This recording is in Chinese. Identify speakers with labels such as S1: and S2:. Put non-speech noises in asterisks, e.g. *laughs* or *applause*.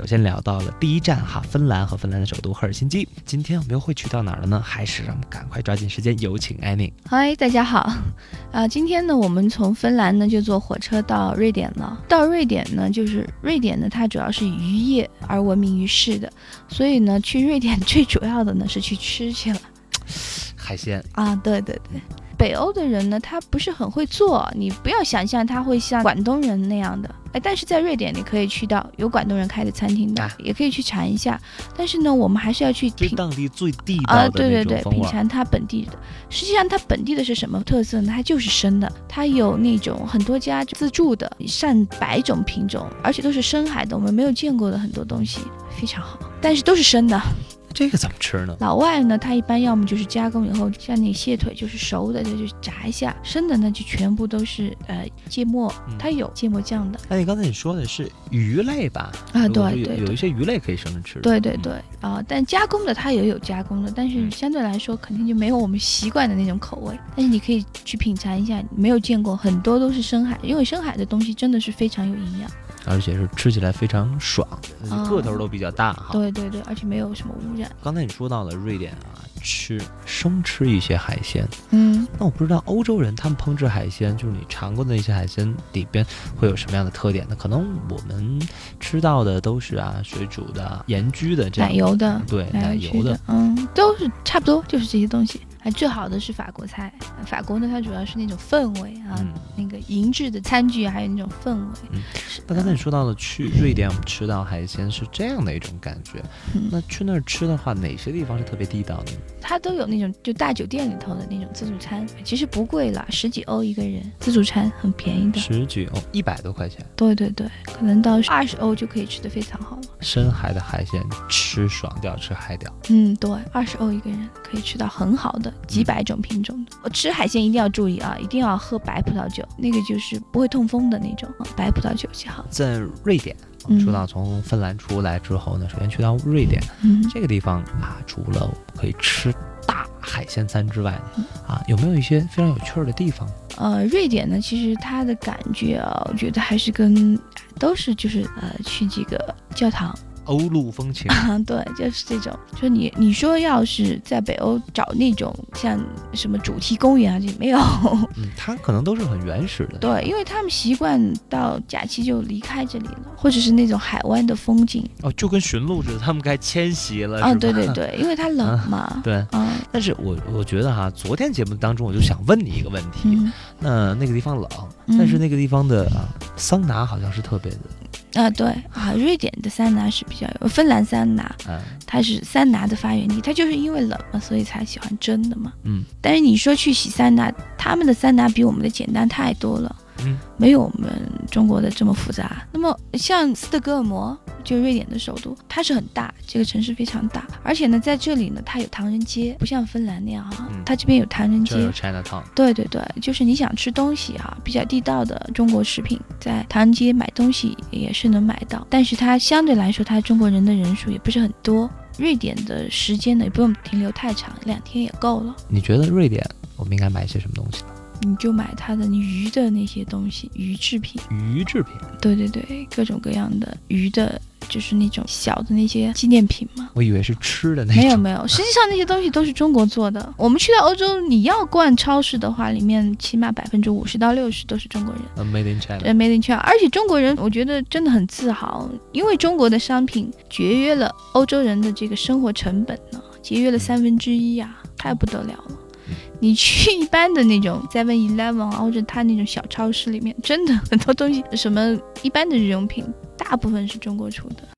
S1: 首先聊到了第一站哈，芬兰和芬兰的首都赫尔辛基。今天我们又会去到哪儿了呢？还是让我们赶快抓紧时间，有请艾宁。
S2: 嗨，大家好，啊，今天呢，我们从芬兰呢就坐火车到瑞典了。到瑞典呢，就是瑞典呢，它主要是以渔业而闻名于世的，所以呢，去瑞典最主要的呢是去吃去了
S1: 海鲜，
S2: 啊。对对对，北欧的人呢，他不是很会做，你不要想象他会像广东人那样的。哎，但是在瑞典你可以去到有广东人开的餐厅的，
S1: 啊
S2: 也可以去尝一下。但是呢，我们还是要去
S1: 就是
S2: 品
S1: 当地最地
S2: 啊，
S1: 道的
S2: 对
S1: 那
S2: 对对
S1: 种，风
S2: 品
S1: 味儿。
S2: 尝它本地的。实际上，它本地的是什么特色呢？它就是生的，它有那种很多家自助的，上百种品种，而且都是深海的，我们没有见过的很多东西，非常好。但是都是生的。
S1: 这个怎么吃呢？
S2: 老外呢，他一般要么就是加工以后，像那蟹腿就是熟的，这就炸一下；生的呢，就全部都是呃芥末
S1: 嗯，
S2: 它有芥末酱的。
S1: 那哎你刚才你说的是鱼类吧？
S2: 啊
S1: 如果
S2: 对
S1: 有
S2: 对
S1: 有
S2: 对
S1: 一些鱼类可以生着吃。
S2: 对对
S1: 嗯
S2: 对，啊、但加工的它也有加工的，但是
S1: 嗯
S2: 相对来说肯定就没有我们习惯的那种口味。但是你可以去品尝一下，没有见过很多都是深海，因为深海的东西真的是非常有营养。
S1: 而且是吃起来非常爽，
S2: 啊
S1: 个头都比较大哈。
S2: 对对对，而且没有什么污染。
S1: 刚才你说到了瑞典啊，吃生吃一些海鲜，
S2: 嗯，
S1: 那我不知道欧洲人他们烹制海鲜，就是你尝过的那些海鲜里边会有什么样的特点呢？可能我们吃到的都是啊水煮的、盐焗的这样嗯
S2: 奶油的
S1: 对奶
S2: 来
S1: 油
S2: 去
S1: 的
S2: 的，，嗯，都是差不多，就是这些东西。哎，最好的是法国菜，法国呢它主要是那种氛围啊，
S1: 嗯。
S2: 那个银质的餐具，还有那种氛围。
S1: 嗯
S2: 是
S1: 那刚才你说到了去瑞典，我们吃到海鲜是这样的一种感觉。
S2: 嗯
S1: 那去那儿吃的话，哪些地方是特别地道的呢？
S2: 它都有那种就大酒店里头的那种自助餐，其实不贵啦，十几欧一个人，自助餐很便宜的。
S1: 十几欧，一百多块钱，
S2: 对对对，可能到二十欧就可以吃的非常好了。
S1: 深海的海鲜吃爽掉，吃海掉。
S2: 嗯，对，二十欧一个人可以吃到很好的几百种品种的。我吃海鲜一定要注意啊，一定要喝白葡萄酒，那个就是不会痛风的那种，啊白葡萄酒最好。
S1: 在瑞典，我们
S2: 嗯
S1: 说到从芬兰出来之后呢，首先去到瑞典，
S2: 嗯，
S1: 这个地方啊，除了可以吃大海鲜餐之外
S2: 嗯，
S1: 啊，有没有一些非常有趣儿的地方？
S2: 呃，瑞典呢，其实它的感觉啊，我觉得还是跟都是就是呃去这个教堂。
S1: 欧陆风情
S2: 啊， *laughs* 对，就是这种。就你你说要是在北欧找那种像什么主题公园啊，这没有。 *laughs*
S1: 嗯，它可能都是很原始的。
S2: 对，因为他们习惯到假期就离开这里了，或者是那种海湾的风景。
S1: 哦，就跟驯鹿似的，他们该迁徙了。
S2: 啊，
S1: 呃是吧
S2: 对对对，因为它冷
S1: 啊
S2: 嘛。
S1: *laughs* 对。
S2: 啊，
S1: 但是我我觉得哈，昨天节目当中我就想问你一个问题，
S2: 嗯
S1: 那那个地方冷，但是
S2: 嗯
S1: 那个地方的啊桑拿好像是特别的
S2: 啊，对啊，瑞典的桑拿是比较有，芬兰桑拿
S1: 啊，
S2: 它是桑拿的发源地，它就是因为冷嘛，所以才喜欢蒸的嘛。
S1: 嗯，
S2: 但是你说去洗桑拿，他们的桑拿比我们的简单太多了，
S1: 嗯，
S2: 没有我们中国的这么复杂。那么像斯德哥尔摩，就瑞典的首都，它是很大，这个城市非常大，而且呢，在这里呢，它有唐人街，不像芬兰那样啊，
S1: 嗯
S2: 它这边有唐人街
S1: 这儿，有 China Town。
S2: 对对对，就是你想吃东西啊，比较地道的中国食品，在唐人街买东西也是能买到，但是它相对来说，它中国人的人数也不是很多。瑞典的时间呢，也不用停留太长，两天也够了。
S1: 你觉得瑞典我们应该买些什么东西呢？
S2: 你就买它的鱼的那些东西，鱼制品，
S1: 鱼制品。
S2: 对对对，各种各样的鱼的，就是那种小的那些纪念品嘛。
S1: 我以为是吃的那种。
S2: 没有没有，实际上那些东西都是中国做的。我们去到欧洲，你要逛超市的话，里面起码百分之五十到六十都是中国人。
S1: 呃 Made in China。
S2: 对，Made in China，而且中国人我觉得真的很自豪，因为中国的商品节约了欧洲人的这个生活成本呢，节约了三分之一啊，太不得了了
S1: 嗯。
S2: 你去一般的那种 Seven Eleven 啊，或者他那种小超市里面，真的很多东西，什么一般的日用品，大部分是中国出的。